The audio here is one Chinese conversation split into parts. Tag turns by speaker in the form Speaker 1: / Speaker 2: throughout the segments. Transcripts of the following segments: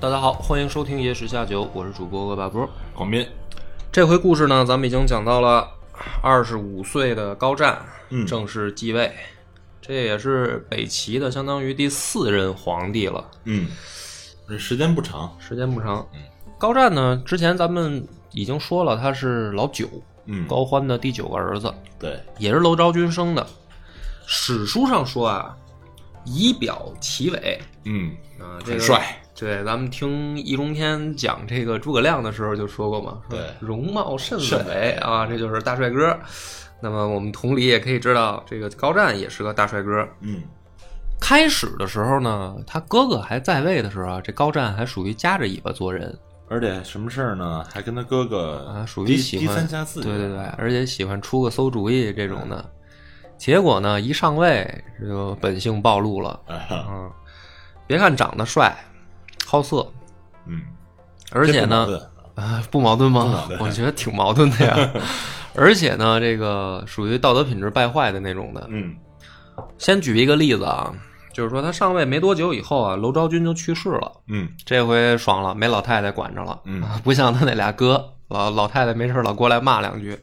Speaker 1: 大家好，欢迎收听《野史下酒》，我是主播恶霸波。
Speaker 2: 广斌，
Speaker 1: 这回故事呢，咱们已经讲到了二十五岁的高湛
Speaker 2: 嗯
Speaker 1: 正式继位，这也是北齐的相当于第四任皇帝了。
Speaker 2: 嗯，这时间不长，
Speaker 1: 时间不长。
Speaker 2: 嗯
Speaker 1: 高湛呢，之前咱们已经说了，他是老九，
Speaker 2: 嗯，
Speaker 1: 高欢的第九个儿子，
Speaker 2: 对，
Speaker 1: 也是娄昭君生的。史书上说啊，仪表其伟
Speaker 2: 嗯，
Speaker 1: 啊，这个。
Speaker 2: 很帅，
Speaker 1: 对，咱们听易中天讲这个诸葛亮的时候就说过嘛，说
Speaker 2: 对
Speaker 1: 容貌甚
Speaker 2: 甚
Speaker 1: 伟啊，这就是大帅哥。那么我们同理也可以知道，这个高湛也是个大帅哥。
Speaker 2: 嗯
Speaker 1: 开始的时候呢，他哥哥还在位的时候啊，这高湛还属于夹着尾巴做人，
Speaker 2: 而且什么事儿呢？还跟他哥哥
Speaker 1: 啊，属于
Speaker 2: 低
Speaker 1: 喜
Speaker 2: 低
Speaker 1: 欢
Speaker 2: 三下四，嗯
Speaker 1: 对对对，，而且喜欢出个馊主意这种的。结果呢，一上位这就本性暴露了。
Speaker 2: 啊，
Speaker 1: 嗯，别看长得帅，好色，
Speaker 2: 嗯，
Speaker 1: 而且呢
Speaker 2: 这不，矛盾
Speaker 1: 啊，不矛盾吗？
Speaker 2: 不矛盾
Speaker 1: 我觉得挺矛盾的 呀。而且呢，这个属于道德品质败坏的那种的。
Speaker 2: 嗯
Speaker 1: 先举一个例子啊，就是说他上位没多久以后啊，娄昭君就去世了。
Speaker 2: 嗯
Speaker 1: 这回爽了，没老太太管着了，
Speaker 2: 嗯
Speaker 1: 啊不像他那俩哥，老老太太没事儿老过来骂两句，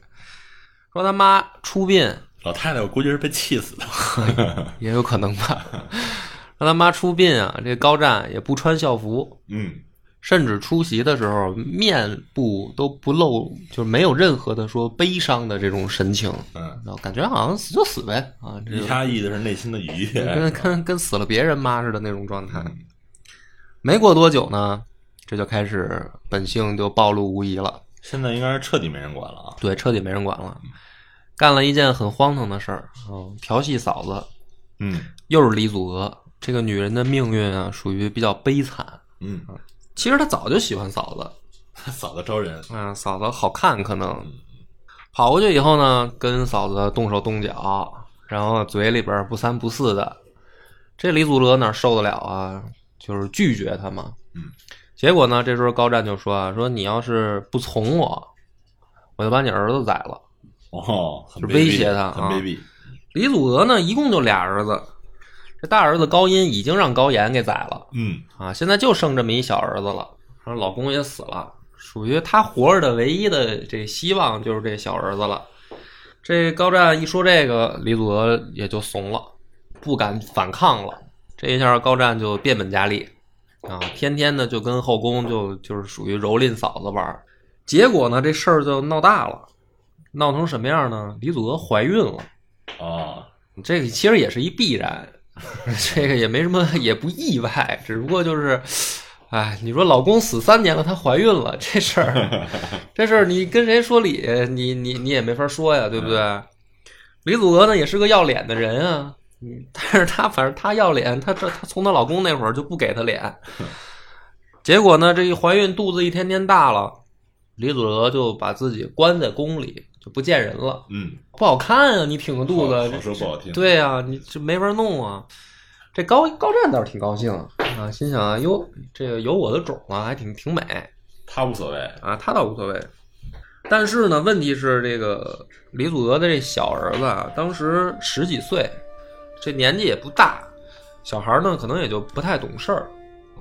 Speaker 1: 说他妈出殡
Speaker 2: 老太太我估计是被气死的，
Speaker 1: 也有可能吧，说他妈出殡啊，这高湛也不穿校服，
Speaker 2: 嗯
Speaker 1: 甚至出席的时候面部都不露，就是没有任何的说悲伤的这种神情，
Speaker 2: 嗯，
Speaker 1: 然后感觉好像死就死呗啊，这
Speaker 2: 一
Speaker 1: 就
Speaker 2: 压抑的是内心的愉悦，
Speaker 1: 嗯跟跟跟死了别人妈似的那种状态。没过多久呢，这就开始本性就暴露无遗了。
Speaker 2: 现在应该是彻底没人管了啊，
Speaker 1: 对，彻底没人管了，干了一件很荒唐的事儿，嗯，调戏嫂子，
Speaker 2: 嗯
Speaker 1: 又是李祖娥。这个女人的命运啊，属于比较悲惨。
Speaker 2: 嗯，
Speaker 1: 其实她早就喜欢嫂子，
Speaker 2: 嫂子招人，
Speaker 1: 嗯，嫂子好看，可能跑过去以后呢，跟嫂子动手动脚，然后嘴里边不三不四的。这李祖娥哪受得了啊？就是拒绝他嘛。
Speaker 2: 嗯。
Speaker 1: 结果呢，这时候高湛就说啊，说你要是不从我，我就把你儿子宰了。
Speaker 2: 哦，很
Speaker 1: 就
Speaker 2: 卑
Speaker 1: 威
Speaker 2: 鄙
Speaker 1: 胁他
Speaker 2: 很
Speaker 1: 啊
Speaker 2: 卑鄙，
Speaker 1: 李祖娥呢，一共就俩儿子，这大儿子高音已经让高岩给宰了
Speaker 2: 嗯
Speaker 1: 啊，现在就剩这么一小儿子了，然后老公也死了，属于他活着的唯一的这希望就是这小儿子了。这高湛一说这个，李祖娥也就怂了，不敢反抗了。这一下高湛就变本加厉啊，天天呢就跟后宫就就是属于蹂躏嫂子玩儿。结果呢，这事儿就闹大了，闹成什么样呢？李祖娥怀孕了。
Speaker 2: 哦，
Speaker 1: 这个其实也是一必然， 这个也没什么，也不意外，只不过就是，哎，你说老公死三年了，她怀孕了，这事 儿，这事儿你跟谁说理？你你你也没法说呀，对不对？
Speaker 2: 嗯
Speaker 1: 李祖娥呢也是个要脸的人啊，嗯但是她反正她要脸，她这她从她老公那会儿就不给她 脸，结果呢这一怀孕肚子一天天大了，李祖娥就把自己关在宫里，就不见人了，
Speaker 2: 嗯，
Speaker 1: 不好看啊，你挺个肚子，
Speaker 2: 好
Speaker 1: 这
Speaker 2: 好说不好听，
Speaker 1: 对呀、你这没法弄啊。这高高湛倒是挺高兴啊，心想啊，哟，这个有我的种啊，还挺挺美
Speaker 2: 他无所谓，
Speaker 1: 啊，他倒无所谓。但是呢，问题是这个李祖娥的这小儿子啊，当时十几岁，这年纪也不大，小孩呢可能也就不太懂事儿。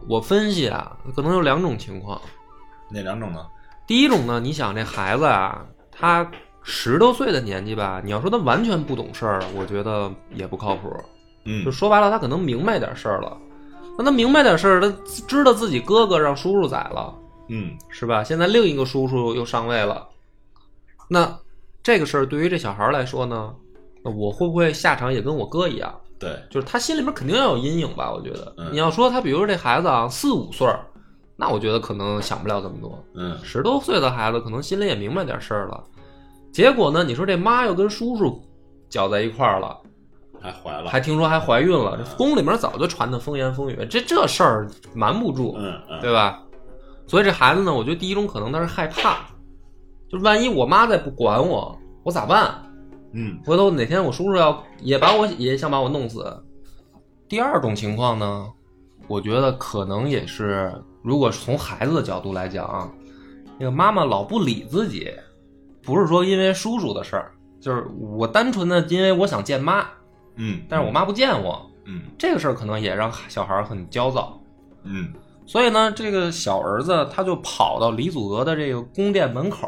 Speaker 1: 我分析啊，可能有两种情况。
Speaker 2: 哪两种呢？
Speaker 1: 第一种呢，你想这孩子啊，他十多岁的年纪吧，你要说他完全不懂事儿，我觉得也不靠谱。
Speaker 2: 嗯
Speaker 1: 就，说白了，他可能明白点事儿了。那他明白点事儿，他知道自己哥哥让叔叔宰了，
Speaker 2: 嗯
Speaker 1: 是吧？现在另一个叔叔又上位了，那这个事儿对于这小孩儿来说呢，那我会不会下场也跟我哥一样？
Speaker 2: 对，
Speaker 1: 就是他心里边肯定要有阴影吧？我觉得，
Speaker 2: 嗯
Speaker 1: 你要说他，比如说这孩子啊，四五岁儿，那我觉得可能想不了这么多。
Speaker 2: 嗯
Speaker 1: 十多岁的孩子可能心里也明白点事儿了，结果呢，你说这妈又跟叔叔搅在一块儿了。
Speaker 2: 还怀了，
Speaker 1: 还听说还怀孕了，这宫里面早就传的风言风语，这这事儿瞒不住，
Speaker 2: 嗯嗯。
Speaker 1: 对吧？所以这孩子呢，我觉得第一种可能他是害怕，就是万一我妈再不管我，我咋办？
Speaker 2: 嗯
Speaker 1: 回头哪天我叔叔要也把我也想把我弄死。第二种情况呢，我觉得可能也是，如果从孩子的角度来讲啊，那个妈妈老不理自己，不是说因为叔叔的事儿，就是我单纯的因为我想见妈，
Speaker 2: 嗯，
Speaker 1: 但是我妈不见我，
Speaker 2: 嗯
Speaker 1: 这个事儿可能也让小孩儿很焦躁。
Speaker 2: 嗯
Speaker 1: 所以呢，这个小儿子他就跑到李祖娥的这个宫殿门口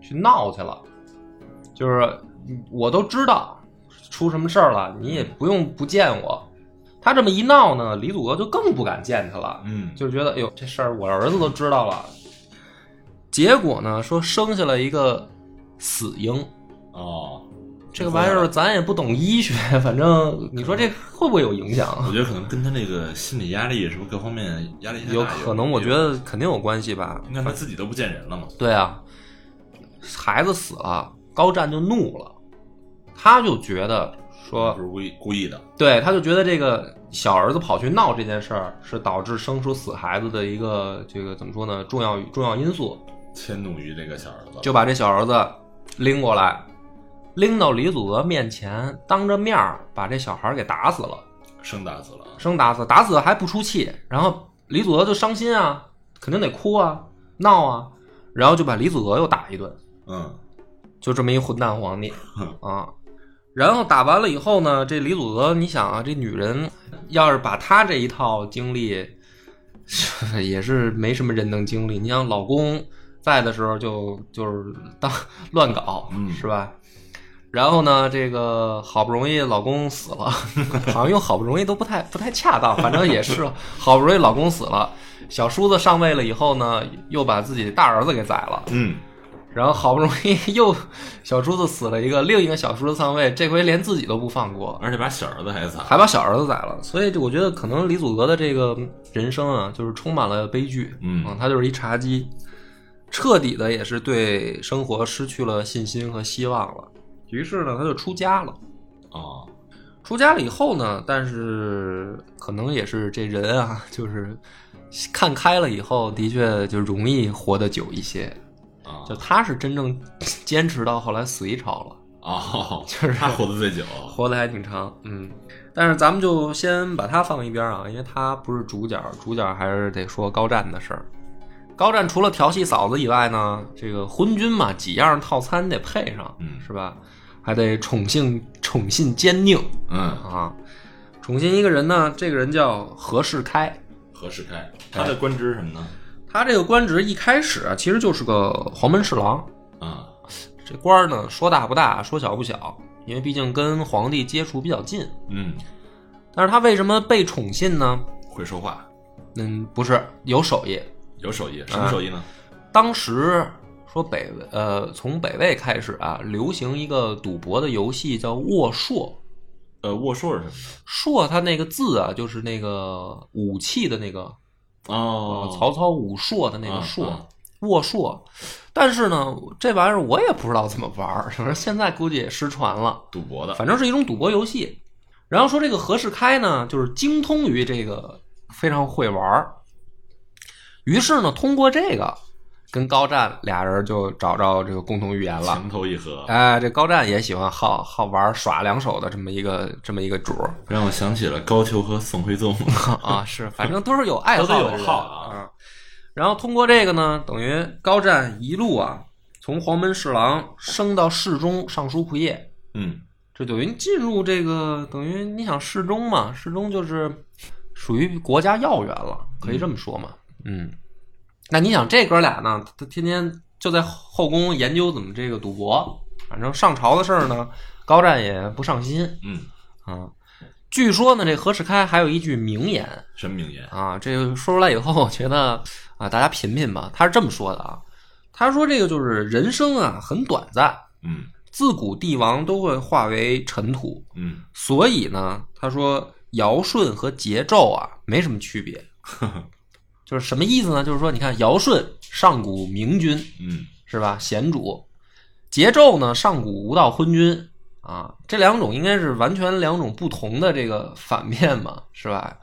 Speaker 1: 去闹去了。就是我都知道出什么事儿了，你也不用不见我。他这么一闹呢，李祖娥就更不敢见他了，
Speaker 2: 嗯，
Speaker 1: 就觉得哎呦这事儿我儿子都知道了。结果呢，说生下来一个死婴，
Speaker 2: 哦，
Speaker 1: 这个玩意儿咱也不懂医学，反正你说这会不会有影响？啊
Speaker 2: 我觉得可能跟他那个心理压力是不是各方面压力太大
Speaker 1: 有可能，我觉得肯定有关系吧。
Speaker 2: 应该他自己都不见人了嘛。
Speaker 1: 对啊，孩子死了，高湛就怒了，他就觉得说
Speaker 2: 不，是故意故意的，
Speaker 1: 对，他就觉得这个小儿子跑去闹这件事儿是导致生出死孩子的一个这个怎么说呢重要重要因素，
Speaker 2: 迁怒于这个小儿子，
Speaker 1: 就把这小儿子拎过来，拎到李祖娥面前，当着面儿把这小孩儿给打死了，
Speaker 2: 生打死了。啊
Speaker 1: 生打死，打死还不出气，然后李祖娥就伤心啊，肯定得哭啊闹啊，然后就把李祖娥又打一顿。
Speaker 2: 嗯
Speaker 1: 就这么一混蛋皇帝啊。然后打完了以后呢，这李祖娥，你想啊，这女人要是把她这一套经历， 也是没什么人能经历。你想，老公在的时候就就是当 乱搞，
Speaker 2: 嗯
Speaker 1: 是吧？然后呢，这个好不容易老公死了， 好像用好不容易都不太不太恰当，反正也是好不容易老公死了，小叔子上位了以后呢，又把自己大儿子给宰了。
Speaker 2: 嗯，
Speaker 1: 然后好不容易 又小叔子死了一个，另一个小叔子上位，这回连自己都不放过，
Speaker 2: 而且把小儿子还砸。
Speaker 1: 还把小儿子宰了。所以这我觉得可能李祖娥的这个人生啊，就是充满了悲剧。
Speaker 2: 嗯
Speaker 1: 啊，他就是一茶几，彻底的也是对生活失去了信心和希望了。于是呢，他就出家了。
Speaker 2: 哦，
Speaker 1: 出家了以后呢，但是可能也是这人啊，就是看开了以后，的确就容易活得久一些。
Speaker 2: 啊
Speaker 1: 就他是真正坚持到后来隋朝了，
Speaker 2: 哦，就是他活得最久。
Speaker 1: 活得还挺长，嗯。但是咱们就先把他放一边啊，因为他不是主角，主角还是得说高湛的事儿。高湛除了调戏嫂子以外呢，这个昏君嘛，几样套餐得配上，
Speaker 2: 嗯
Speaker 1: 是吧？还得宠幸宠信奸佞
Speaker 2: 嗯，
Speaker 1: 啊，宠信一个人呢，这个人叫何世开，
Speaker 2: 何世开，他的官职是什么呢？
Speaker 1: 他这个官职一开始啊，其实就是个黄门侍郎，
Speaker 2: 啊，
Speaker 1: 这官儿呢，说大不大，说小不小，因为毕竟跟皇帝接触比较近。
Speaker 2: 嗯，
Speaker 1: 但是他为什么被宠信呢？
Speaker 2: 会说话，
Speaker 1: 嗯，不是有手艺。
Speaker 2: 有手
Speaker 1: 嗯
Speaker 2: 艺，什么手艺呢？
Speaker 1: 当时说北呃，从北魏开始啊，流行一个赌博的游戏叫卧槊。
Speaker 2: 呃，握槊是什
Speaker 1: 槊它那个字啊，就是那个武器的那个，
Speaker 2: 么？
Speaker 1: 呃
Speaker 2: 哦，
Speaker 1: 曹操武槊的那个
Speaker 2: 啊
Speaker 1: 槊
Speaker 2: 啊，
Speaker 1: 卧槊。但是呢，这玩意儿我也不知道怎么玩儿，反正现在估计也失传了。
Speaker 2: 赌博的，
Speaker 1: 反正是一种赌博游戏。然后说这个何世开呢，就是精通于这个，非常会玩儿。于是呢，通过这个跟高湛俩人就找着这个共同语言了。
Speaker 2: 情投意合，
Speaker 1: 哎，这高湛也喜欢好好玩儿耍两手的这么一个这么一个主儿
Speaker 2: 让我想起了高俅和宋 徽宗。
Speaker 1: 啊，是，反正都是有爱好
Speaker 2: 都
Speaker 1: 的
Speaker 2: 得有
Speaker 1: 人
Speaker 2: 好啊
Speaker 1: 嗯然后通过这个呢，等于高湛一路啊，从黄门侍郎升到侍中、尚书仆射，
Speaker 2: 嗯
Speaker 1: 这等于进入这个等于你想侍中嘛，侍中就是属于国家要员了，可以这么说嘛。嗯，那你想这哥俩呢，他天天就在后宫研究怎么这个赌博，反正上朝的事儿呢，高湛也不上心
Speaker 2: 嗯，
Speaker 1: 啊。据说呢，这何世开还有一句名言
Speaker 2: 什么名言？
Speaker 1: 啊，这个说出来以后，我觉得啊，大家品品吧。他是这么说的啊，他说这个就是人生啊很短暂，
Speaker 2: 嗯
Speaker 1: 自古帝王都会化为尘土，
Speaker 2: 嗯，
Speaker 1: 所以呢，他说尧舜和桀纣啊没什么区别，就是什么意思呢？就是说，你看尧舜上古明君
Speaker 2: 嗯
Speaker 1: 是吧？贤主，桀纣呢上古无道昏君啊，这两种应该是完全两种不同的这个反面嘛，是吧？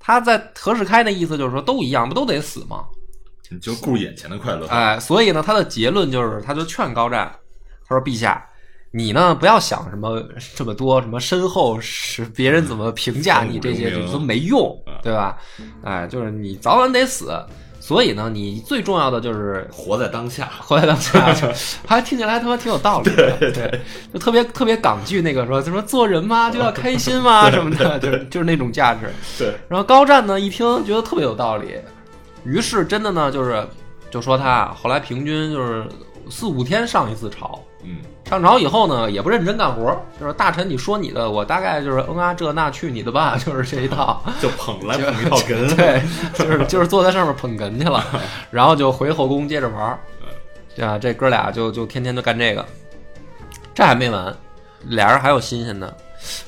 Speaker 1: 他在何世开的意思就是说都一样，不都得死吗？
Speaker 2: 你就顾眼前的快乐。
Speaker 1: 哎，所以呢，他的结论就是，他就劝高湛，他说：“陛下，你呢不要想什么这么多，什么身后是别人怎么评价你这些
Speaker 2: 嗯
Speaker 1: 就都没用，对吧？哎，就是你早晚得死，所以呢，你最重要的就是
Speaker 2: 活在当下，
Speaker 1: 活在当下， 就还听起来他妈挺有道理的，对就特别特别港剧那个说，就说做人嘛就要开心嘛什么的，就是就是那种价值。
Speaker 2: 对，
Speaker 1: 然后高湛呢一听觉得特别有道理，于是真的呢就是就说他啊后来平均就是四五天上一次朝，
Speaker 2: 嗯，
Speaker 1: 上朝以后呢也不认真干活，就是大臣你说你的，我大概就是嗯啊这那去你的吧， 就是这一套。
Speaker 2: 就捧来捧一套哏，
Speaker 1: 对，就是就是坐在上面捧哏去了，然后就回后宫接着玩儿。啊，这哥俩就就天天就干这个，这还没完，俩人还有新鲜的，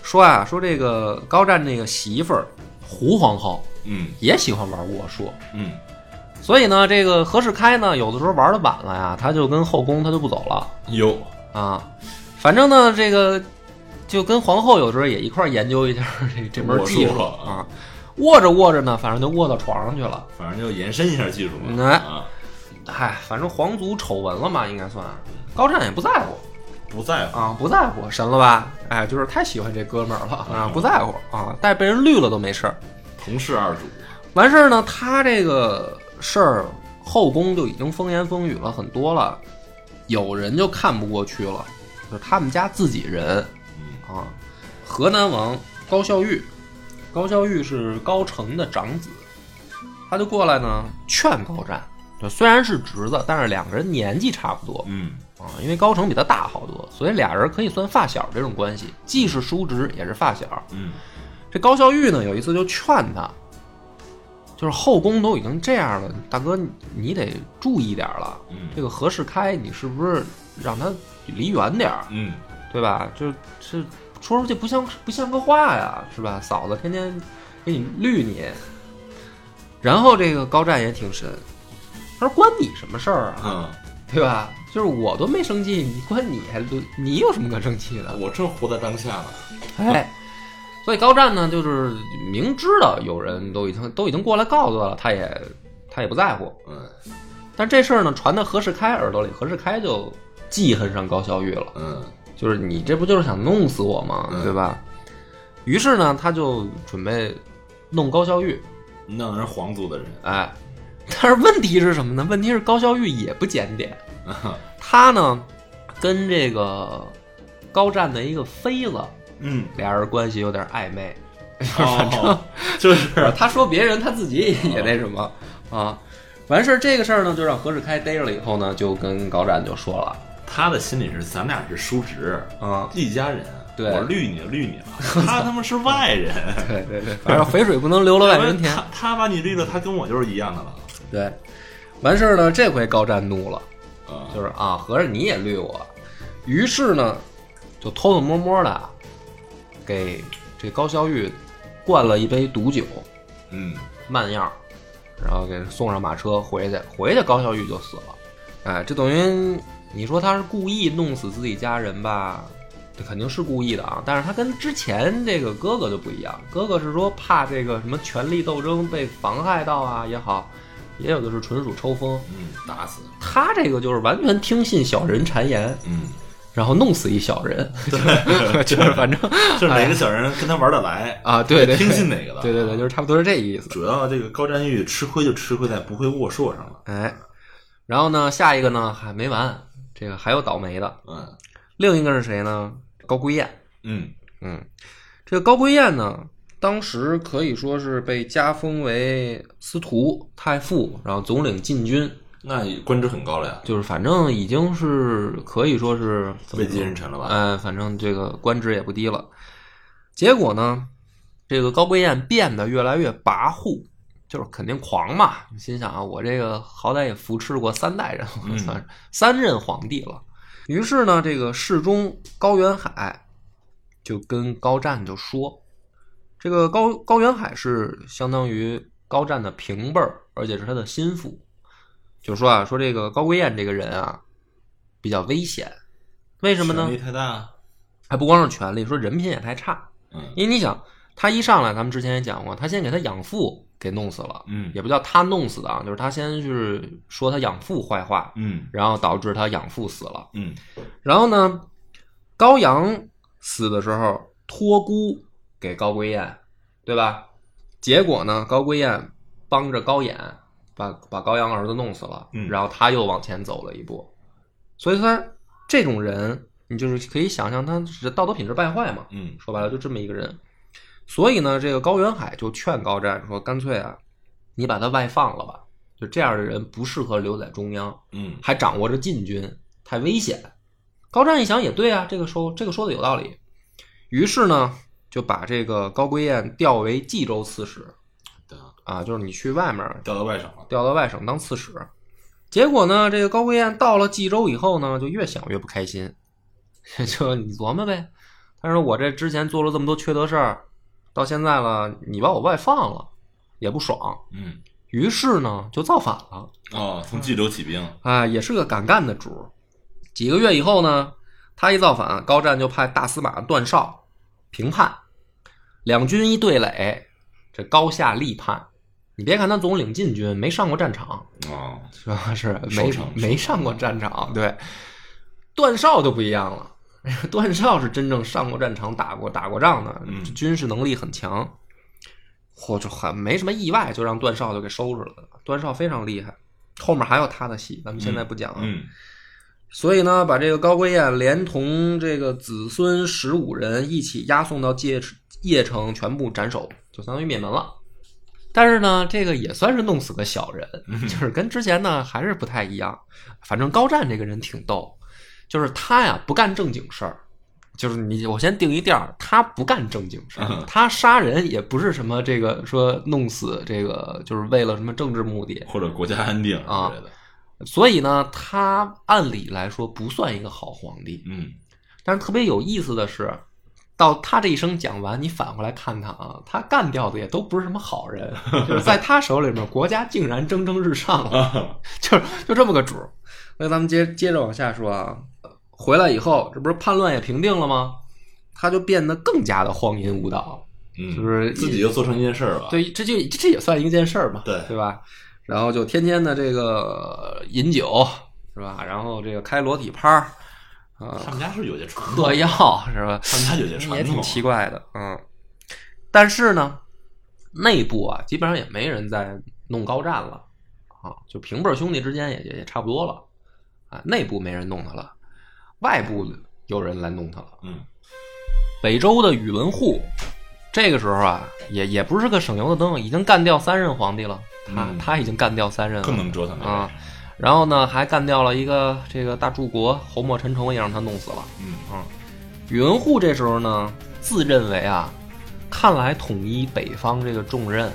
Speaker 1: 说啊说这个高湛那个媳妇儿胡皇后
Speaker 2: 嗯
Speaker 1: 也喜欢玩巫术，
Speaker 2: 嗯
Speaker 1: 所以呢，这个何世开呢，有的时候玩的晚了呀，他就跟后宫他就不走了
Speaker 2: 有，
Speaker 1: 啊，反正呢这个就跟皇后有时候也一块儿 研究一下这这门
Speaker 2: 我
Speaker 1: 技
Speaker 2: 说
Speaker 1: 术
Speaker 2: 过
Speaker 1: 啊，握着握着呢，反正就握到床上去了。
Speaker 2: 反正就延伸一下技术嘛。
Speaker 1: 哎
Speaker 2: 啊，
Speaker 1: 嗨，反正皇族丑闻了嘛，应该算。高湛也不在乎
Speaker 2: 不在乎，
Speaker 1: 啊，不在乎，神了吧？哎，就是太喜欢这哥们儿了啊，不在乎啊，但是被人绿了都没事儿。
Speaker 2: 同事二主，
Speaker 1: 完事儿呢，他这个事儿后宫就已经风言风语了很多了，有人就看不过去了，就是他们家自己人
Speaker 2: 嗯
Speaker 1: 啊。河南王高孝玉，高孝玉是高澄的长子，他就过来呢劝高湛，就虽然是侄子，但是两个人年纪差不多，
Speaker 2: 嗯，
Speaker 1: 啊，因为高成比他大好多，所以俩人可以算发小这种关系，既是叔侄也是发小。
Speaker 2: 嗯
Speaker 1: 这高孝玉呢，有一次就劝他，就是后宫都已经这样了，大哥你你得注意点儿了。
Speaker 2: 嗯
Speaker 1: 这个何世开，你是不是让他离远点儿，
Speaker 2: 嗯，
Speaker 1: 对吧？就是这说出去不像不像个话呀，是吧？嫂子天天给你绿你。然后这个高湛也挺神，他说关你什么事儿啊？
Speaker 2: 嗯，
Speaker 1: 对吧？就是我都没生气，你关你还你有什么可生气的？
Speaker 2: 我正活在当下呢。
Speaker 1: 哎，所以高湛呢，就是明知道有人都已经都已经过来告诉他了，他也他也不在乎。
Speaker 2: 嗯
Speaker 1: 但这事儿呢，传到何世开耳朵里，何世开就记恨上高孝玉了，
Speaker 2: 嗯
Speaker 1: 就是你这不就是想弄死我吗？
Speaker 2: 嗯
Speaker 1: 对吧？于是呢，他就准备弄高孝玉，
Speaker 2: 弄人皇族的人，
Speaker 1: 哎，但是问题是什么呢？问题是高孝玉也不检点，
Speaker 2: 啊
Speaker 1: 他呢跟这个高湛的一个妃子，
Speaker 2: 嗯，
Speaker 1: 俩人关系有点暧昧。
Speaker 2: 哦，就是，
Speaker 1: 他说别人，他自己也那什么啊。完事儿这个事儿呢，就让何世开逮着了以后呢，就跟高湛就说了，
Speaker 2: 他的心里是咱俩是叔侄，
Speaker 1: 啊，
Speaker 2: 一家人，
Speaker 1: 对
Speaker 2: 我绿你绿你了，他他妈是外人，
Speaker 1: 对对对，反正肥水不能流了外人田
Speaker 2: 他。他把你绿了，他跟我就是一样的了。
Speaker 1: 对，完事儿呢，这回高湛怒了，
Speaker 2: 啊，
Speaker 1: 就是啊，合着你也绿我。于是呢，就偷偷摸摸的啊给这高孝玉灌了一杯毒酒，
Speaker 2: 嗯，
Speaker 1: 慢样儿，然后给送上马车回去，回去高孝玉就死了。哎，这等于你说他是故意弄死自己家人吧？这肯定是故意的啊，但是他跟之前这个哥哥就不一样，哥哥是说怕这个什么权力斗争被妨害到啊也好，也有的是纯属抽风，
Speaker 2: 嗯，打死，
Speaker 1: 他这个就是完全听信小人谗言，
Speaker 2: 嗯，
Speaker 1: 然后弄死一小人， 就是反正
Speaker 2: 就是哪个小人跟他玩得来，
Speaker 1: 啊，对对，对
Speaker 2: 听信哪个的，
Speaker 1: 对对对，就是差不多是这意思。
Speaker 2: 主要这个高占玉吃亏就吃亏在不会握槊上了。
Speaker 1: 哎，然后呢，下一个呢还没完，这个还有倒霉的，
Speaker 2: 嗯
Speaker 1: 另一个是谁呢？高贵燕。
Speaker 2: 嗯
Speaker 1: 嗯，这个高贵燕呢，当时可以说是被加封为司徒、太傅，然后总领禁军，，
Speaker 2: 那也官职很高了呀，
Speaker 1: 就是反正已经是可以说是
Speaker 2: 位极人臣了吧？
Speaker 1: 哎，反正这个官职也不低了。结果呢，这个高贵燕变得越来越跋扈，就是肯定狂嘛。你心想啊，我这个好歹也扶持过三代人，我
Speaker 2: 嗯
Speaker 1: 算是三任皇帝了。于是呢，这个侍中高元海就跟高湛就说，这个高高元海是相当于高湛的平辈儿，而且是他的心腹。就说啊，说这个高贵燕这个人啊，比较危险，为什么呢？
Speaker 2: 权力太大，
Speaker 1: 还不光是权力，说人品也太差。
Speaker 2: 嗯
Speaker 1: 因为你想，他一上来，咱们之前也讲过，他先给他养父给弄死了，
Speaker 2: 嗯
Speaker 1: 也不叫他弄死的啊，就是他先是说他养父坏话，
Speaker 2: 嗯
Speaker 1: 然后导致他养父死了。
Speaker 2: 嗯
Speaker 1: 然后呢，高阳死的时候托孤给高归燕，对吧？结果呢，高归燕帮着高演把把高阳儿子弄死了，
Speaker 2: 嗯
Speaker 1: 然后他又往前走了一步。所以他这种人，你就是可以想象他是道德品质败坏嘛。
Speaker 2: 嗯
Speaker 1: 说白了就这么一个人。所以呢，这个高元海就劝高湛说：“干脆啊，你把他外放了吧，就这样的人不适合留在中央。”
Speaker 2: 嗯
Speaker 1: 还掌握着禁军，太危险。高湛一想也对啊，这个说这个说的有道理。于是呢，就把这个高归燕调为冀州刺史
Speaker 2: 的
Speaker 1: 啊，就是你去外面
Speaker 2: 调到外省了，
Speaker 1: 调到外省当刺史。结果呢，这个高归燕到了冀州以后呢，就越想越不开心， 就你琢磨呗。他说我这之前做了这么多缺德事儿，到现在了，你把我外放了，也不爽。
Speaker 2: 嗯
Speaker 1: 于是呢，就造反了。
Speaker 2: 哦，从冀州起兵，
Speaker 1: 啊，也是个敢干的主儿。几个月以后呢，他一造反，高湛就派大司马段绍平叛，两军一对垒，这高下立判。你别看他总领禁军，没上过战场，
Speaker 2: 哦，
Speaker 1: 主要是
Speaker 2: 收
Speaker 1: 没
Speaker 2: 场
Speaker 1: 没上过战场。对，段绍就不一样了， 段绍是真正上过战场、打过打过仗的，
Speaker 2: 嗯
Speaker 1: 军事能力很强。嚯，就很没什么意外，就让段绍就给收拾了。段绍非常厉害，后面还有他的戏，咱们现在不讲了。
Speaker 2: 嗯
Speaker 1: 所以呢，把这个高归燕连同这个子孙十五人一起押送到界邺城，全部斩首，就相当于灭门了。但是呢，这个也算是弄死个小人，就是跟之前呢还是不太一样。反正高湛这个人挺逗，就是他呀不干正经事儿，就是你我先定一调儿，他不干正经事儿
Speaker 2: 嗯，
Speaker 1: 他杀人也不是什么这个说弄死这个就是为了什么政治目的，
Speaker 2: 或者国家安定
Speaker 1: 啊
Speaker 2: 之类的，
Speaker 1: 所以呢，他按理来说不算一个好皇帝。
Speaker 2: 嗯
Speaker 1: 但是特别有意思的是，到他这一生讲完，你反过来看看啊，他干掉的也都不是什么好人， 就是在他手里面，国家竟然蒸蒸日上了，
Speaker 2: 啊，
Speaker 1: 就是就这么个主儿。那咱们接接着往下说啊，回来以后，这不是叛乱也平定了吗？他就变得更加的荒淫无道，
Speaker 2: 嗯，
Speaker 1: 就是
Speaker 2: 自己又做成一件事儿吧？
Speaker 1: 对，这就这也算一件事儿嘛，
Speaker 2: 对
Speaker 1: 对吧？然后就天天的这个饮酒是吧？然后这个开裸体趴儿，啊、
Speaker 2: 他们家是有些传统，
Speaker 1: 嗑药是吧？
Speaker 2: 他们家有些传
Speaker 1: 也挺
Speaker 2: 统，
Speaker 1: 奇怪的，嗯。但是呢，内部啊，基本上也没人在弄高战了啊，就平辈儿兄弟之间也也也差不多了啊。内部没人弄他了，外部有人来弄他了。
Speaker 2: 嗯
Speaker 1: 北周的宇文护，这个时候啊，也也不是个省油的灯，已经干掉三任皇帝了。他、
Speaker 2: 嗯
Speaker 1: 他已经干掉三任了，
Speaker 2: 更能折腾
Speaker 1: 啊。然后呢，还干掉了一个这个大柱国侯莫陈崇，也让他弄死了。
Speaker 2: 嗯
Speaker 1: 宇文护这时候呢，自认为啊，看来统一北方这个重任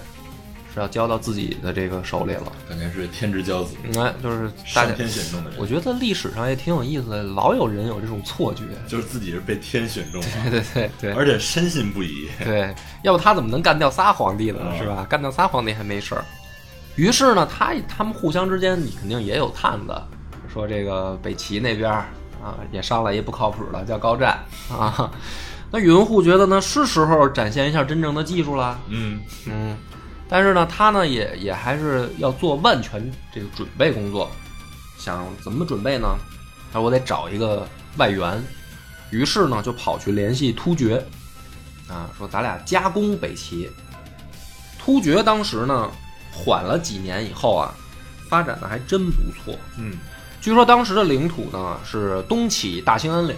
Speaker 1: 是要交到自己的这个手里了。
Speaker 2: 感觉是天之骄子，
Speaker 1: 你看，就是大
Speaker 2: 上
Speaker 1: 家，
Speaker 2: 天选中的人
Speaker 1: 我，觉得历史上也挺有意思的，老有人有这种错觉。
Speaker 2: 就是自己是被天选中
Speaker 1: 对
Speaker 2: 的，
Speaker 1: 对对对
Speaker 2: 而且深信不疑，
Speaker 1: 对，要不他怎么能干掉仨皇帝呢？
Speaker 2: 嗯
Speaker 1: 是吧？干掉仨皇帝还没事儿。于是呢，他他们互相之间，你肯定也有探子，说这个北齐那边儿啊，也上来一不靠谱的，叫高湛啊。 那宇文护觉得呢，是时候展现一下真正的技术了，
Speaker 2: 嗯
Speaker 1: 嗯。但是呢，他呢也也还是要做万全这个准备工作，想怎么准备呢？他说我得找一个外援，于是呢就跑去联系突厥，啊，说咱俩加攻北齐。突厥当时呢缓了几年以后啊，发展的还真不错。
Speaker 2: 嗯
Speaker 1: 据说当时的领土呢是东起大兴安岭，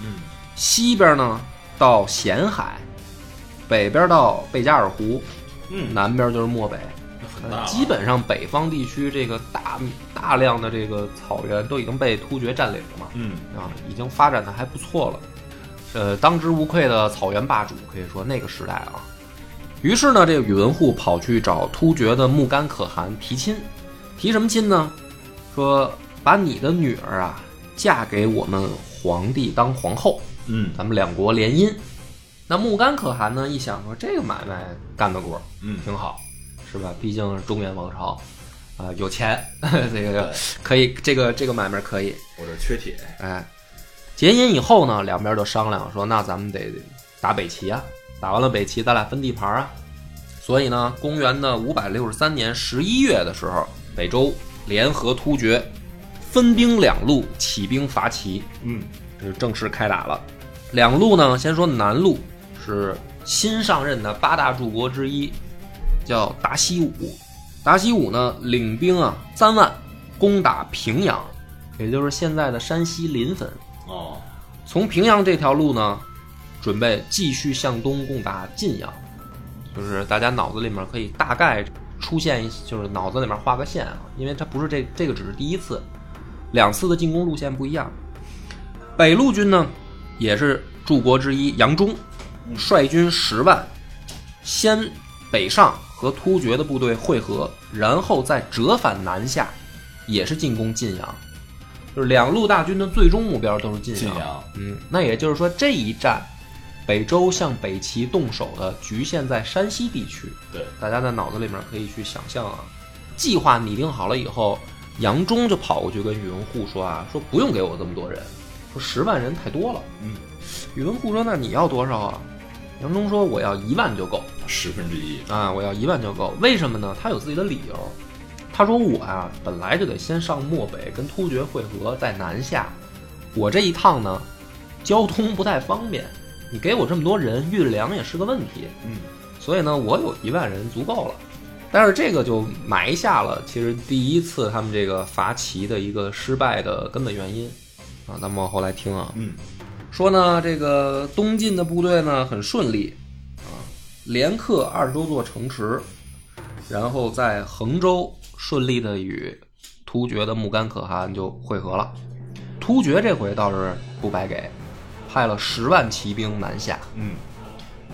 Speaker 2: 嗯
Speaker 1: 西边呢到咸海，北边到贝加尔湖，
Speaker 2: 嗯，
Speaker 1: 南边就是漠北。
Speaker 2: 很大
Speaker 1: 呃
Speaker 2: 了，
Speaker 1: 基本上北方地区这个大大量的这个草原都已经被突厥占领了嘛，
Speaker 2: 嗯
Speaker 1: 啊，已经发展的还不错了，呃，当之无愧的草原霸主，可以说那个时代啊。于是呢，这个宇文护跑去找突厥的木干可汗提亲，提什么亲呢？说把你的女儿啊嫁给我们皇帝当皇后，
Speaker 2: 嗯
Speaker 1: 咱们两国联姻。那木干可汗呢一想说这个买卖干得过，
Speaker 2: 嗯
Speaker 1: 挺好，是吧？毕竟是中原王朝，啊、有钱， 这个可以，这个这个买卖可以，
Speaker 2: 我这缺铁，
Speaker 1: 哎。结姻以后呢，两边就商量说，那咱们得打北齐啊，打完了北齐，咱俩分地盘啊。所以呢，公元的五百六十三年十一月的时候，北周联合突厥，分兵两路起兵伐齐，
Speaker 2: 嗯，
Speaker 1: 这就正式开打了。两路呢，先说南路是新上任的八大柱国之一，叫达西武。达西武呢，领兵啊三万攻打平阳，也就是现在的山西临汾。
Speaker 2: 哦，
Speaker 1: 从平阳这条路呢，准备继续向东攻打晋阳，就是大家脑子里面可以大概出现一，就是脑子里面画个线啊，因为它不是这这个只是第一次，两次的进攻路线不一样。北路军呢，也是柱国之一杨忠，率军十万，先北上和突厥的部队会合，然后再折返南下，也是进攻晋阳。就是两路大军的最终目标都是晋
Speaker 2: 晋阳，
Speaker 1: 嗯，那也就是说这一战，北周向北齐动手的局限在山西地区。
Speaker 2: 对，
Speaker 1: 大家在脑子里面可以去想象啊，计划拟定好了以后，杨忠就跑过去跟宇文护说啊，说不用给我这么多人，说十万人太多了。
Speaker 2: 嗯，
Speaker 1: 宇文护说那你要多少啊？杨忠说我要一万就够
Speaker 2: 十分之一，
Speaker 1: 啊，我要一万就够。为什么呢？他有自己的理由。他说我啊，本来就得先上漠北跟突厥会合，再南下。我这一趟呢，交通不太方便，你给我这么多人，运粮也是个问题。
Speaker 2: 嗯，
Speaker 1: 所以呢，我有一万人足够了。但是这个就埋下了其实第一次他们这个伐齐的一个失败的根本原因啊。咱们往后来听啊，
Speaker 2: 嗯，
Speaker 1: 说呢，这个东晋的部队呢很顺利啊，连克二十多座城池，然后在衡州顺利的与突厥的木干可汗就会合了。突厥这回倒是不白给，派了十万骑兵南下，
Speaker 2: 嗯，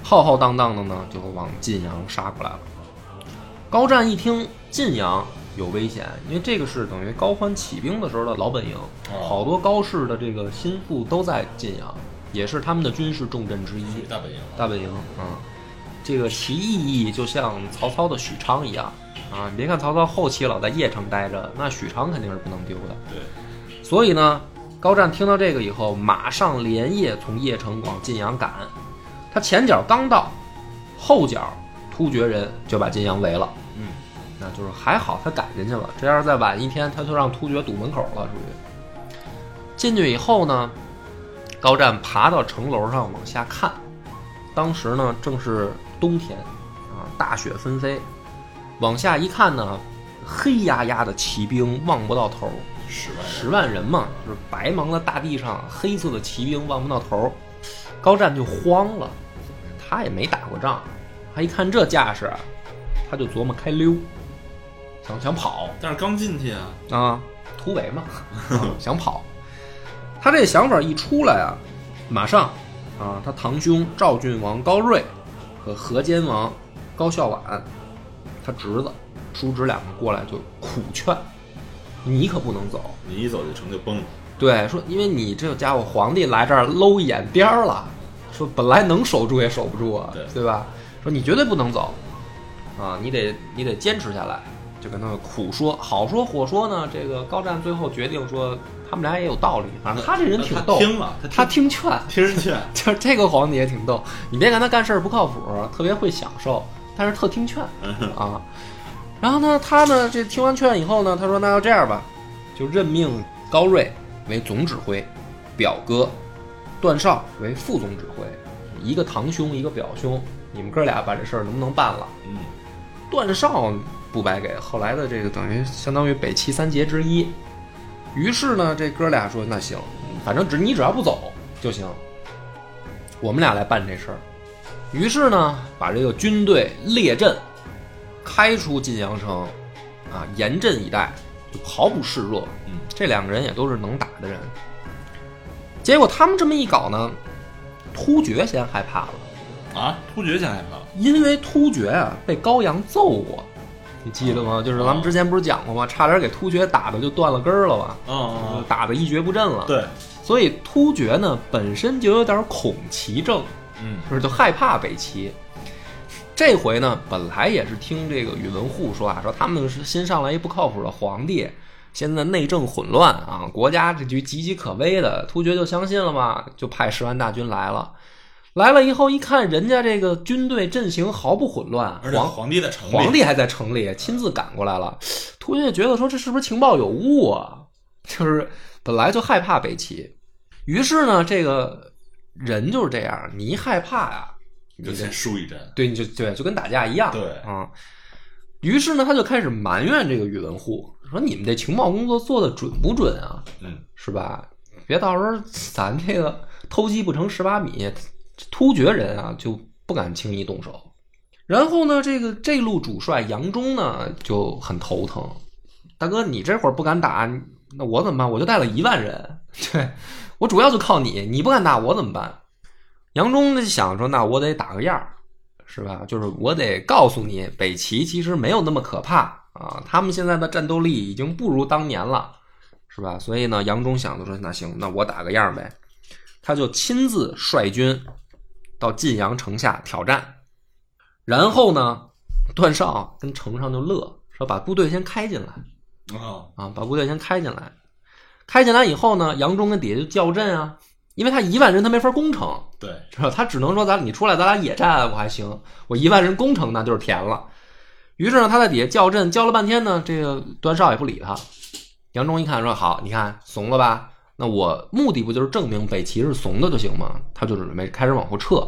Speaker 1: 浩浩荡荡的呢，就往晋阳杀过来了。高湛一听晋阳有危险，因为这个是等于高欢起兵的时候的老本营，
Speaker 2: 哦
Speaker 1: 好多高氏的这个心腹都在晋阳，也是他们的军事重镇之一。
Speaker 2: 大本营了，
Speaker 1: 大本营，嗯，这个其意义就像曹操的许昌一样啊。你别看曹操后期老在邺城待着，那许昌肯定是不能丢的。
Speaker 2: 对，
Speaker 1: 所以呢，高湛听到这个以后，马上连夜从邺城往晋阳赶。他前脚刚到，后脚突厥人就把晋阳围了。
Speaker 2: 嗯，
Speaker 1: 那就是还好他赶进去了，这要是再晚一天，他就让突厥堵门口了，属于。进去以后呢，高湛爬到城楼上往下看，当时呢正是冬天，啊，大雪纷飞，往下一看呢，黑压压的骑兵望不到头，
Speaker 2: 十万人，
Speaker 1: 十万人嘛，就是白茫的大地上，黑色的骑兵望不到头儿。高湛就慌了，他也没打过仗，他一看这架势，啊他就琢磨开溜，想想跑
Speaker 2: 但是刚进去啊，
Speaker 1: 啊，突围嘛，啊想跑。他这想法一出来啊，马上啊，他堂兄赵郡王高睿和河间王高孝婉，他侄子叔侄两个过来就苦劝，你可不能走。
Speaker 2: 你一走这城就崩了，
Speaker 1: 对，说因为你这家伙皇帝来这儿搂一眼边儿了，说本来能守住也守不住啊，
Speaker 2: 对
Speaker 1: 对吧？说你绝对不能走，啊，你得你得坚持下来，就跟他们苦说，好说活说呢。这个高湛最后决定说，他们俩也有道理，反正他这人挺
Speaker 2: 呃他
Speaker 1: 逗，
Speaker 2: 听了，他
Speaker 1: 他听劝，
Speaker 2: 听人劝，
Speaker 1: 就是这个皇帝也挺逗。你别看他干事儿不靠谱，特别会享受，但是特听劝
Speaker 2: 嗯
Speaker 1: 啊。然后呢，他呢这听完劝以后呢，他说那要这样吧，就任命高睿为总指挥，表哥段少为副总指挥，一个堂兄一个表兄，你们哥俩把这事儿能不能办了？
Speaker 2: 嗯，
Speaker 1: 段少不白给，后来的这个等于相当于北齐三杰之一。于是呢，这哥俩说：“那行，反正只你只要不走就行，我们俩来办这事儿。”于是呢，把这个军队列阵，开出晋阳城，啊，严阵以待，就毫不示弱。
Speaker 2: 嗯，
Speaker 1: 这两个人也都是能打的人。结果他们这么一搞呢，突厥先害怕了。
Speaker 2: 啊，突厥先害怕了，
Speaker 1: 因为突厥啊被高阳揍过，你记得吗？就是咱们之前不是讲过吗？差点给突厥打的就断了根儿了吧，
Speaker 2: 哦，
Speaker 1: 打的一蹶不振了。，
Speaker 2: 对，
Speaker 1: 所以突厥呢本身就有点恐齐症，
Speaker 2: 嗯，
Speaker 1: 就是就害怕北齐。这回呢，本来也是听这个宇文护说啊，说他们是新上来一不靠谱的皇帝，现在内政混乱啊，国家这局岌岌可危的，突厥就相信了嘛，就派十万大军来了。来了以后一看，人家这个军队阵型毫不混乱，
Speaker 2: 而且
Speaker 1: 皇
Speaker 2: 皇帝在城里，
Speaker 1: 皇帝还在城里亲自赶过来了。突厥觉得说这是不是情报有误啊？就是本来就害怕北齐，于是呢，这个人就是这样，你一害怕呀、
Speaker 2: 你就
Speaker 1: 你这
Speaker 2: 先输一针，
Speaker 1: 对，你就对，就跟打架一样，
Speaker 2: 对
Speaker 1: 啊。于是呢，他就开始埋怨这个宇文护，说你们这情报工作做的准不准啊？
Speaker 2: 嗯，
Speaker 1: 是吧？别到时候咱这个偷鸡不成蚀把米，突厥人啊就不敢轻易动手。然后呢，这个这路主帅杨忠呢就很头疼，大哥，你这会儿不敢打，那我怎么办？我就带了一万人，对我主要就靠你，你不敢打我怎么办？杨忠就想说，那我得打个样儿，是吧？就是我得告诉你，北齐其实没有那么可怕啊，他们现在的战斗力已经不如当年了。是吧？所以呢，杨忠想的说，那行，那我打个样儿呗。他就亲自率军到晋阳城下挑战，然后呢，段少跟城上就乐，说把部队先开进来
Speaker 2: 哦，
Speaker 1: 啊，把部队先开进来。开进来以后呢，杨忠跟底下就叫阵啊，因为他一万人他没法攻城，
Speaker 2: 对，
Speaker 1: 是吧？他只能说咱你出来，咱俩野战我还行，我一万人攻城那就是甜了。于是呢，他在底下叫阵，叫了半天呢，这个段少也不理他。杨忠一看说：“好，你看怂了吧？那我目的不就是证明北齐是怂的就行吗？”他就准备开始往后撤。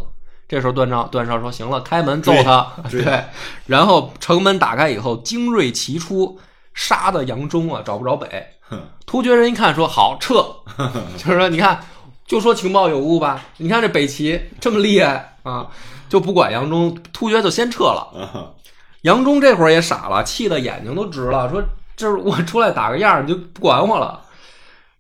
Speaker 1: 这时候段少段少说：“行了，开门揍他！”
Speaker 2: 追
Speaker 1: 对，然后城门打开以后，精锐齐出，杀的杨忠啊找不着北。
Speaker 2: 哼，
Speaker 1: 突厥人一看说好撤， 就是说你看，就说情报有误吧。你看这北齐这么厉害啊，就不管杨忠，突厥就先撤了。
Speaker 2: 啊，
Speaker 1: 杨忠这会儿也傻了，气得眼睛都直了，说这是我出来打个样儿，你就不管我了。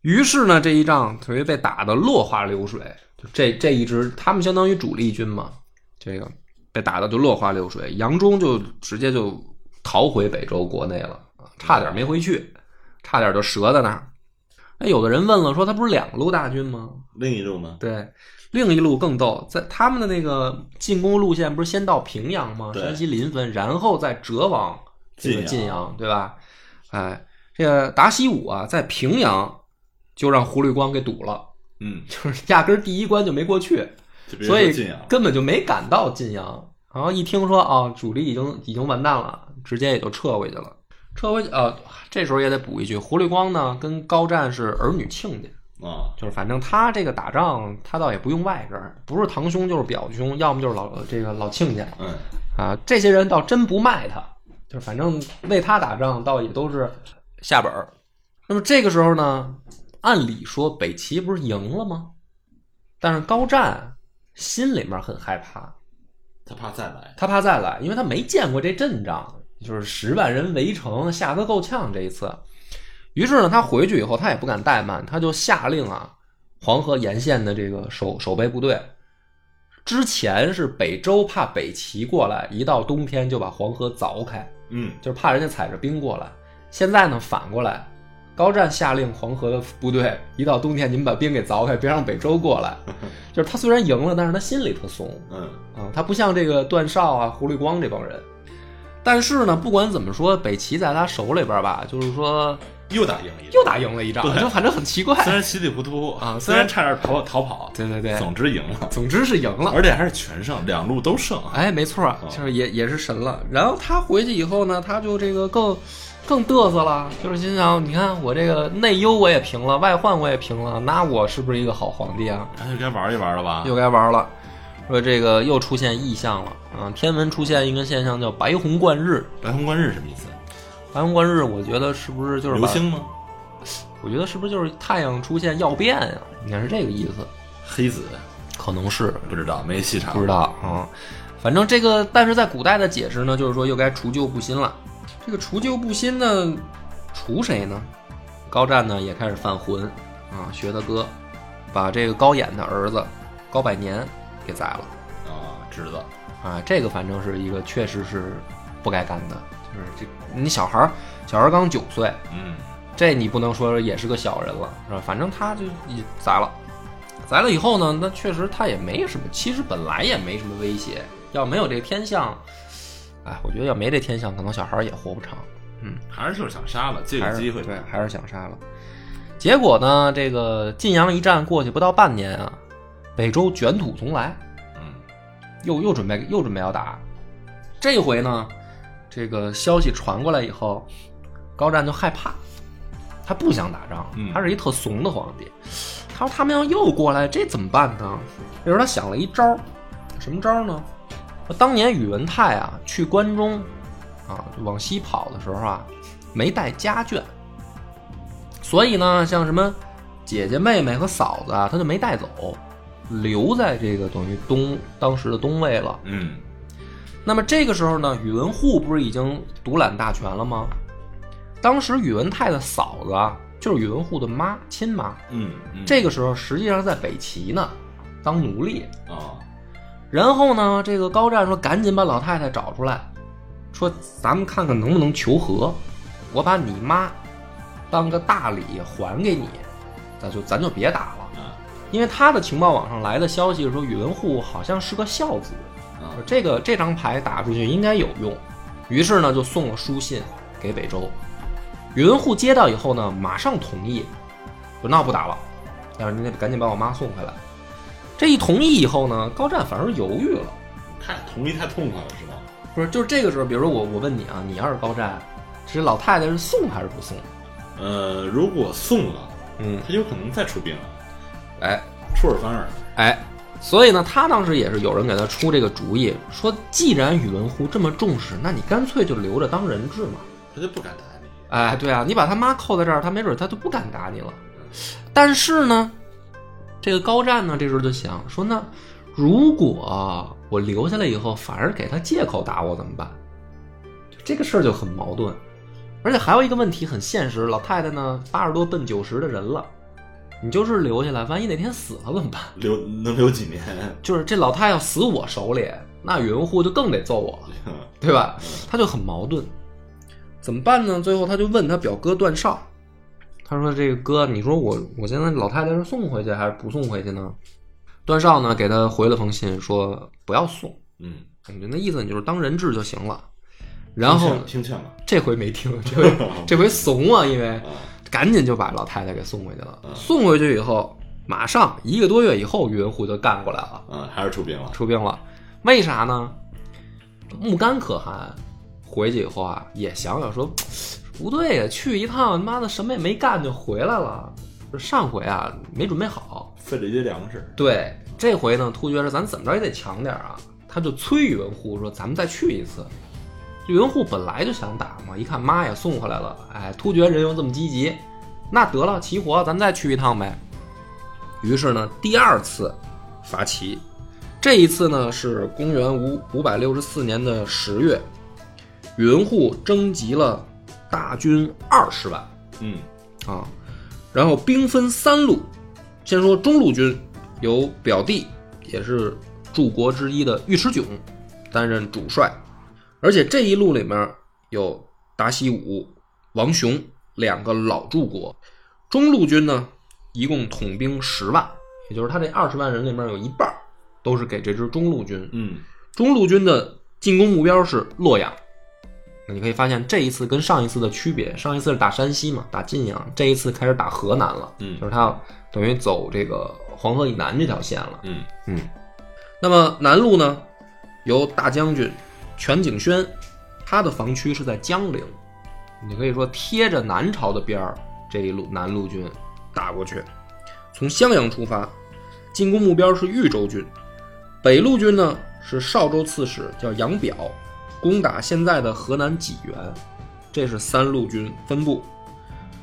Speaker 1: 于是呢，这一仗等于被打得落花流水，就这这一支他们相当于主力军嘛，这个被打的就落花流水。杨忠就直接就逃回北周国内了，啊差点没回去，差点就折在那儿。哎，有的人问了，说他不是两路大军吗？
Speaker 2: 另一路呢？
Speaker 1: 对，另一路更逗，在他们的那个进攻路线不是先到平阳吗？
Speaker 2: 对
Speaker 1: 山西临汾，然后再折往这个
Speaker 2: 晋
Speaker 1: 晋
Speaker 2: 阳
Speaker 1: 阳，对吧？哎，这个达西武啊，在平阳就让胡律光给堵了，
Speaker 2: 嗯，
Speaker 1: 就是压根儿第一关就没过去，
Speaker 2: 就别
Speaker 1: 所
Speaker 2: 说
Speaker 1: 以
Speaker 2: 晋阳，
Speaker 1: 根本就没赶到晋阳。然后一听说啊、主力已经已经完蛋了，直接也就撤回去了。撤回去，呃，这时候也得补一句，胡律光呢跟高湛是儿女亲家，
Speaker 2: 啊，
Speaker 1: 就是反正他这个打仗，他倒也不用外人，不是堂兄就是表兄，要么就是老这个老亲家
Speaker 2: 嗯，
Speaker 1: 啊。这些人倒真不卖他，就是反正为他打仗，倒也都是下本儿。那么这个时候呢，按理说北齐不是赢了吗？但是高湛心里面很害怕，
Speaker 2: 他怕再来，
Speaker 1: 他怕再来，因为他没见过这阵仗，就是十万人围城，吓得够呛这一次。于是呢，他回去以后，他也不敢怠慢，他就下令啊，黄河沿线的这个守守备部队，之前是北周怕北齐过来，一到冬天就把黄河凿开，
Speaker 2: 嗯，
Speaker 1: 就是怕人家踩着冰过来。现在呢，反过来，高湛下令黄河的部队，一到冬天你们把冰给凿开，别让北周过来。 就是他虽然赢了，但是他心里特怂。
Speaker 2: 嗯，
Speaker 1: 啊，他不像这个段少啊、胡律光这帮人。但是呢，不管怎么说，北齐在他手里边吧，就是说
Speaker 2: 又打赢了一仗
Speaker 1: 又，打赢了一仗，
Speaker 2: 对
Speaker 1: 就反正很奇怪。
Speaker 2: 虽然稀里糊涂
Speaker 1: 啊
Speaker 2: 虽然差点逃逃跑，
Speaker 1: 对对啊对，
Speaker 2: 总之赢了，
Speaker 1: 总之是赢了。
Speaker 2: 而且还是全胜，两路都胜，啊
Speaker 1: 哎，没错儿，就是也也是神了。然后他回去以后呢，他就这个更更嘚瑟了，就是心想：你看我这个内忧我也平了，外患我也平了，那我是不是一个好皇帝啊？
Speaker 2: 那就哎该玩一玩了吧？
Speaker 1: 又该玩了。说这个又出现异象了啊！天文出现一个现象叫白虹贯日，
Speaker 2: 白虹贯日什么意思？
Speaker 1: 白虹贯日，我觉得是不是就是
Speaker 2: 流
Speaker 1: 把
Speaker 2: 星吗？
Speaker 1: 我觉得是不是就是太阳出现曜变呀、应该是这个意思，
Speaker 2: 黑子
Speaker 1: 可能是
Speaker 2: 不知道，没细查，
Speaker 1: 不知道啊、反正这个，但是在古代的解释呢，就是说又该除旧布新了。这个除旧布新呢，除谁呢？高湛呢也开始犯浑啊，学他哥，把这个高演的儿子高百年给宰了
Speaker 2: 啊，知道，
Speaker 1: 啊。这个反正是一个确实是不该干的，就是这你小孩儿，小孩儿刚九岁，
Speaker 2: 嗯，
Speaker 1: 这你不能说也是个小人了，是吧？反正他就也宰了，宰了以后呢，那确实他也没什么，其实本来也没什么威胁。要没有这天象，哎，我觉得要没这天象，可能小孩儿也活不长，
Speaker 2: 还是就是想杀了，借
Speaker 1: 还
Speaker 2: 个
Speaker 1: 是
Speaker 2: 机会，
Speaker 1: 对，还是想杀了。结果呢，这个晋阳一战过去不到半年啊，北周卷土重来，
Speaker 2: 嗯，
Speaker 1: 又又准备又准备要打。这回呢，这个消息传过来以后，高湛就害怕，他不想打仗
Speaker 2: 嗯，
Speaker 1: 他是一特怂的皇帝。他说他们要又过来，这怎么办呢？这时候他想了一招儿，什么招儿呢？当年宇文泰啊去关中啊就往西跑的时候啊，没带家眷，所以呢，像什么姐姐、妹妹和嫂子啊，他就没带走，留在这个等于东当时的东魏了。
Speaker 2: 嗯
Speaker 1: 那么这个时候呢，宇文护不是已经独揽大权了吗？当时宇文泰的嫂子啊，就是宇文护的妈，亲妈。
Speaker 2: 嗯嗯，
Speaker 1: 这个时候实际上在北齐呢，当奴隶。
Speaker 2: 啊，
Speaker 1: 然后呢，这个高湛说：“赶紧把老太太找出来，说咱们看看能不能求和。我把你妈当个大礼还给你，咱就咱就别打了。
Speaker 2: 啊
Speaker 1: 因为他的情报网上来的消息说，宇文护好像是个孝子，
Speaker 2: 啊
Speaker 1: 说这个这张牌打出去应该有用。于是呢，就送了书信给北周。宇文护接到以后呢，马上同意，说那不打了，但是你得赶紧把我妈送回来。这一同意以后呢，高湛反而犹豫了。
Speaker 2: 太同意太痛快了是吧？
Speaker 1: 不是，就是这个时候，比如说我我问你啊，你要是高湛，其实老太太是送还是不送？
Speaker 2: 呃，如果送了，
Speaker 1: 嗯，
Speaker 2: 他有可能再出兵了，
Speaker 1: 哎
Speaker 2: 出尔反尔。
Speaker 1: 哎，所以呢，他当时也是有人给他出这个主意，说既然宇文护这么重视，那你干脆就留着当人质嘛。
Speaker 2: 他就不敢打你。
Speaker 1: 哎，对啊，你把他妈扣在这儿，他没准他就不敢打你了。但是呢，这个高湛呢，这时候就想说，那如果我留下来以后，反而给他借口打我怎么办？就这个事儿就很矛盾。而且还有一个问题很现实，老太太呢八十多奔九十的人了，你就是留下来，万一哪天死了怎么办？
Speaker 2: 留能留几年？
Speaker 1: 就是这老太要死我手里，那宇文护就更得揍我了。对 吧？他就很矛盾，怎么办呢？最后他就问他表哥段少，他说：“这个哥，你说我我现在老太太是送回去还是不送回去呢？”段少呢给他回了封信，说不要送，
Speaker 2: 嗯，
Speaker 1: 你就那意思你就是当人质就行了。然后
Speaker 2: 听劝了
Speaker 1: 这回没 听，这回这回怂 啊，因为
Speaker 2: 啊，
Speaker 1: 赶紧就把老太太给送回去了
Speaker 2: 嗯。
Speaker 1: 送回去以后，马上一个多月以后，宇文护就干过来了。
Speaker 2: 嗯，还是出兵了。
Speaker 1: 出兵了，为啥呢？木干可汗回去以后啊，也想想说不对呀，去一趟他妈的什么也没干就回来了，就上回啊没准备好。
Speaker 2: 费了一堆粮食。
Speaker 1: 对，这回呢，突厥说咱怎么着也得强点儿啊，他就催宇文护说咱们再去一次。宇文护本来就想打嘛，一看妈也送回来了，哎，突厥人又这么积极，那得了，齐活，咱们再去一趟呗。于是呢，第二次伐齐，这一次呢是公元五五百六十四年的十月，宇文护征集了大军二十万，
Speaker 2: 嗯
Speaker 1: 啊，然后兵分三路，先说中路军，由表弟也是柱国之一的尉迟迥担任主帅，而且这一路里面有达西武、王雄两个老柱国。中路军呢，一共统兵十万，也就是他这二十万人里面有一半儿都是给这支中路军。
Speaker 2: 嗯
Speaker 1: 中路军的进攻目标是洛阳。那你可以发现，这一次跟上一次的区别，上一次是打山西嘛，打晋阳，这一次开始打河南了，
Speaker 2: 嗯
Speaker 1: 就是他要等于走这个黄河以南这条线了。
Speaker 2: 嗯
Speaker 1: 那么南路呢，由大将军全景轩，他的防区是在江陵，你可以说贴着南朝的边儿，这一路南路军打过去，从襄阳出发，进攻目标是豫州军，北路军呢是邵州刺史叫杨表，攻打现在的河南济源，这是三路军分布。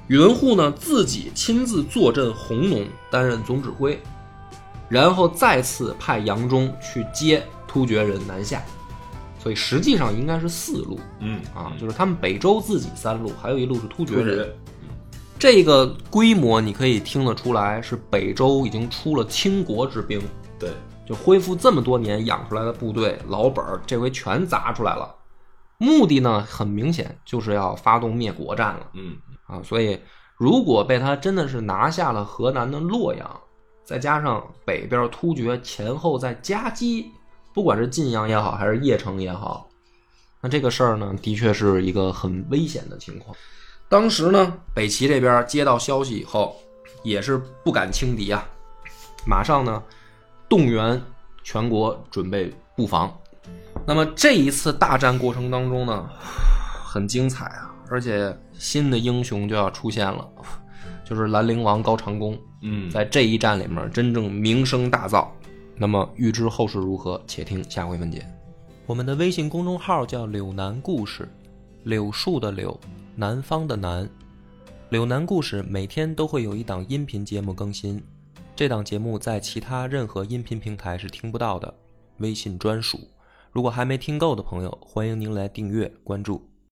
Speaker 1: 宇文护呢自己亲自坐镇弘农，担任总指挥。然后再次派杨忠去接突厥人南下，所以实际上应该是四路
Speaker 2: 嗯
Speaker 1: 啊，就是他们北周自己三路，还有一路是突厥
Speaker 2: 突
Speaker 1: 人。
Speaker 2: 厥。
Speaker 1: 这个规模你可以听得出来，是北周已经出了倾国之兵，
Speaker 2: 对，
Speaker 1: 就恢复这么多年养出来的部队老本儿，这回全砸出来了。目的呢，很明显就是要发动灭国战了。
Speaker 2: 嗯
Speaker 1: 啊，所以如果被他真的是拿下了河南的洛阳，再加上北边突厥前后再夹击，不管是晋阳也好，还是邺城也好，那这个事儿呢，的确是一个很危险的情况。当时呢，北齐这边接到消息以后，也是不敢轻敌啊，马上呢动员全国准备布防。那么这一次大战过程当中呢，很精彩啊，而且新的英雄就要出现了，就是兰陵王高长恭。
Speaker 2: 嗯，
Speaker 1: 在这一战里面真正名声大噪。那么预知后事如何，且听下回分解。我们的微信公众号叫“柳南故事”，柳树的柳，南方的南。柳南故事每天都会有一档音频节目更新，这档节目在其他任何音频平台是听不到的，微信专属。如果还没听够的朋友，欢迎您来订阅关注。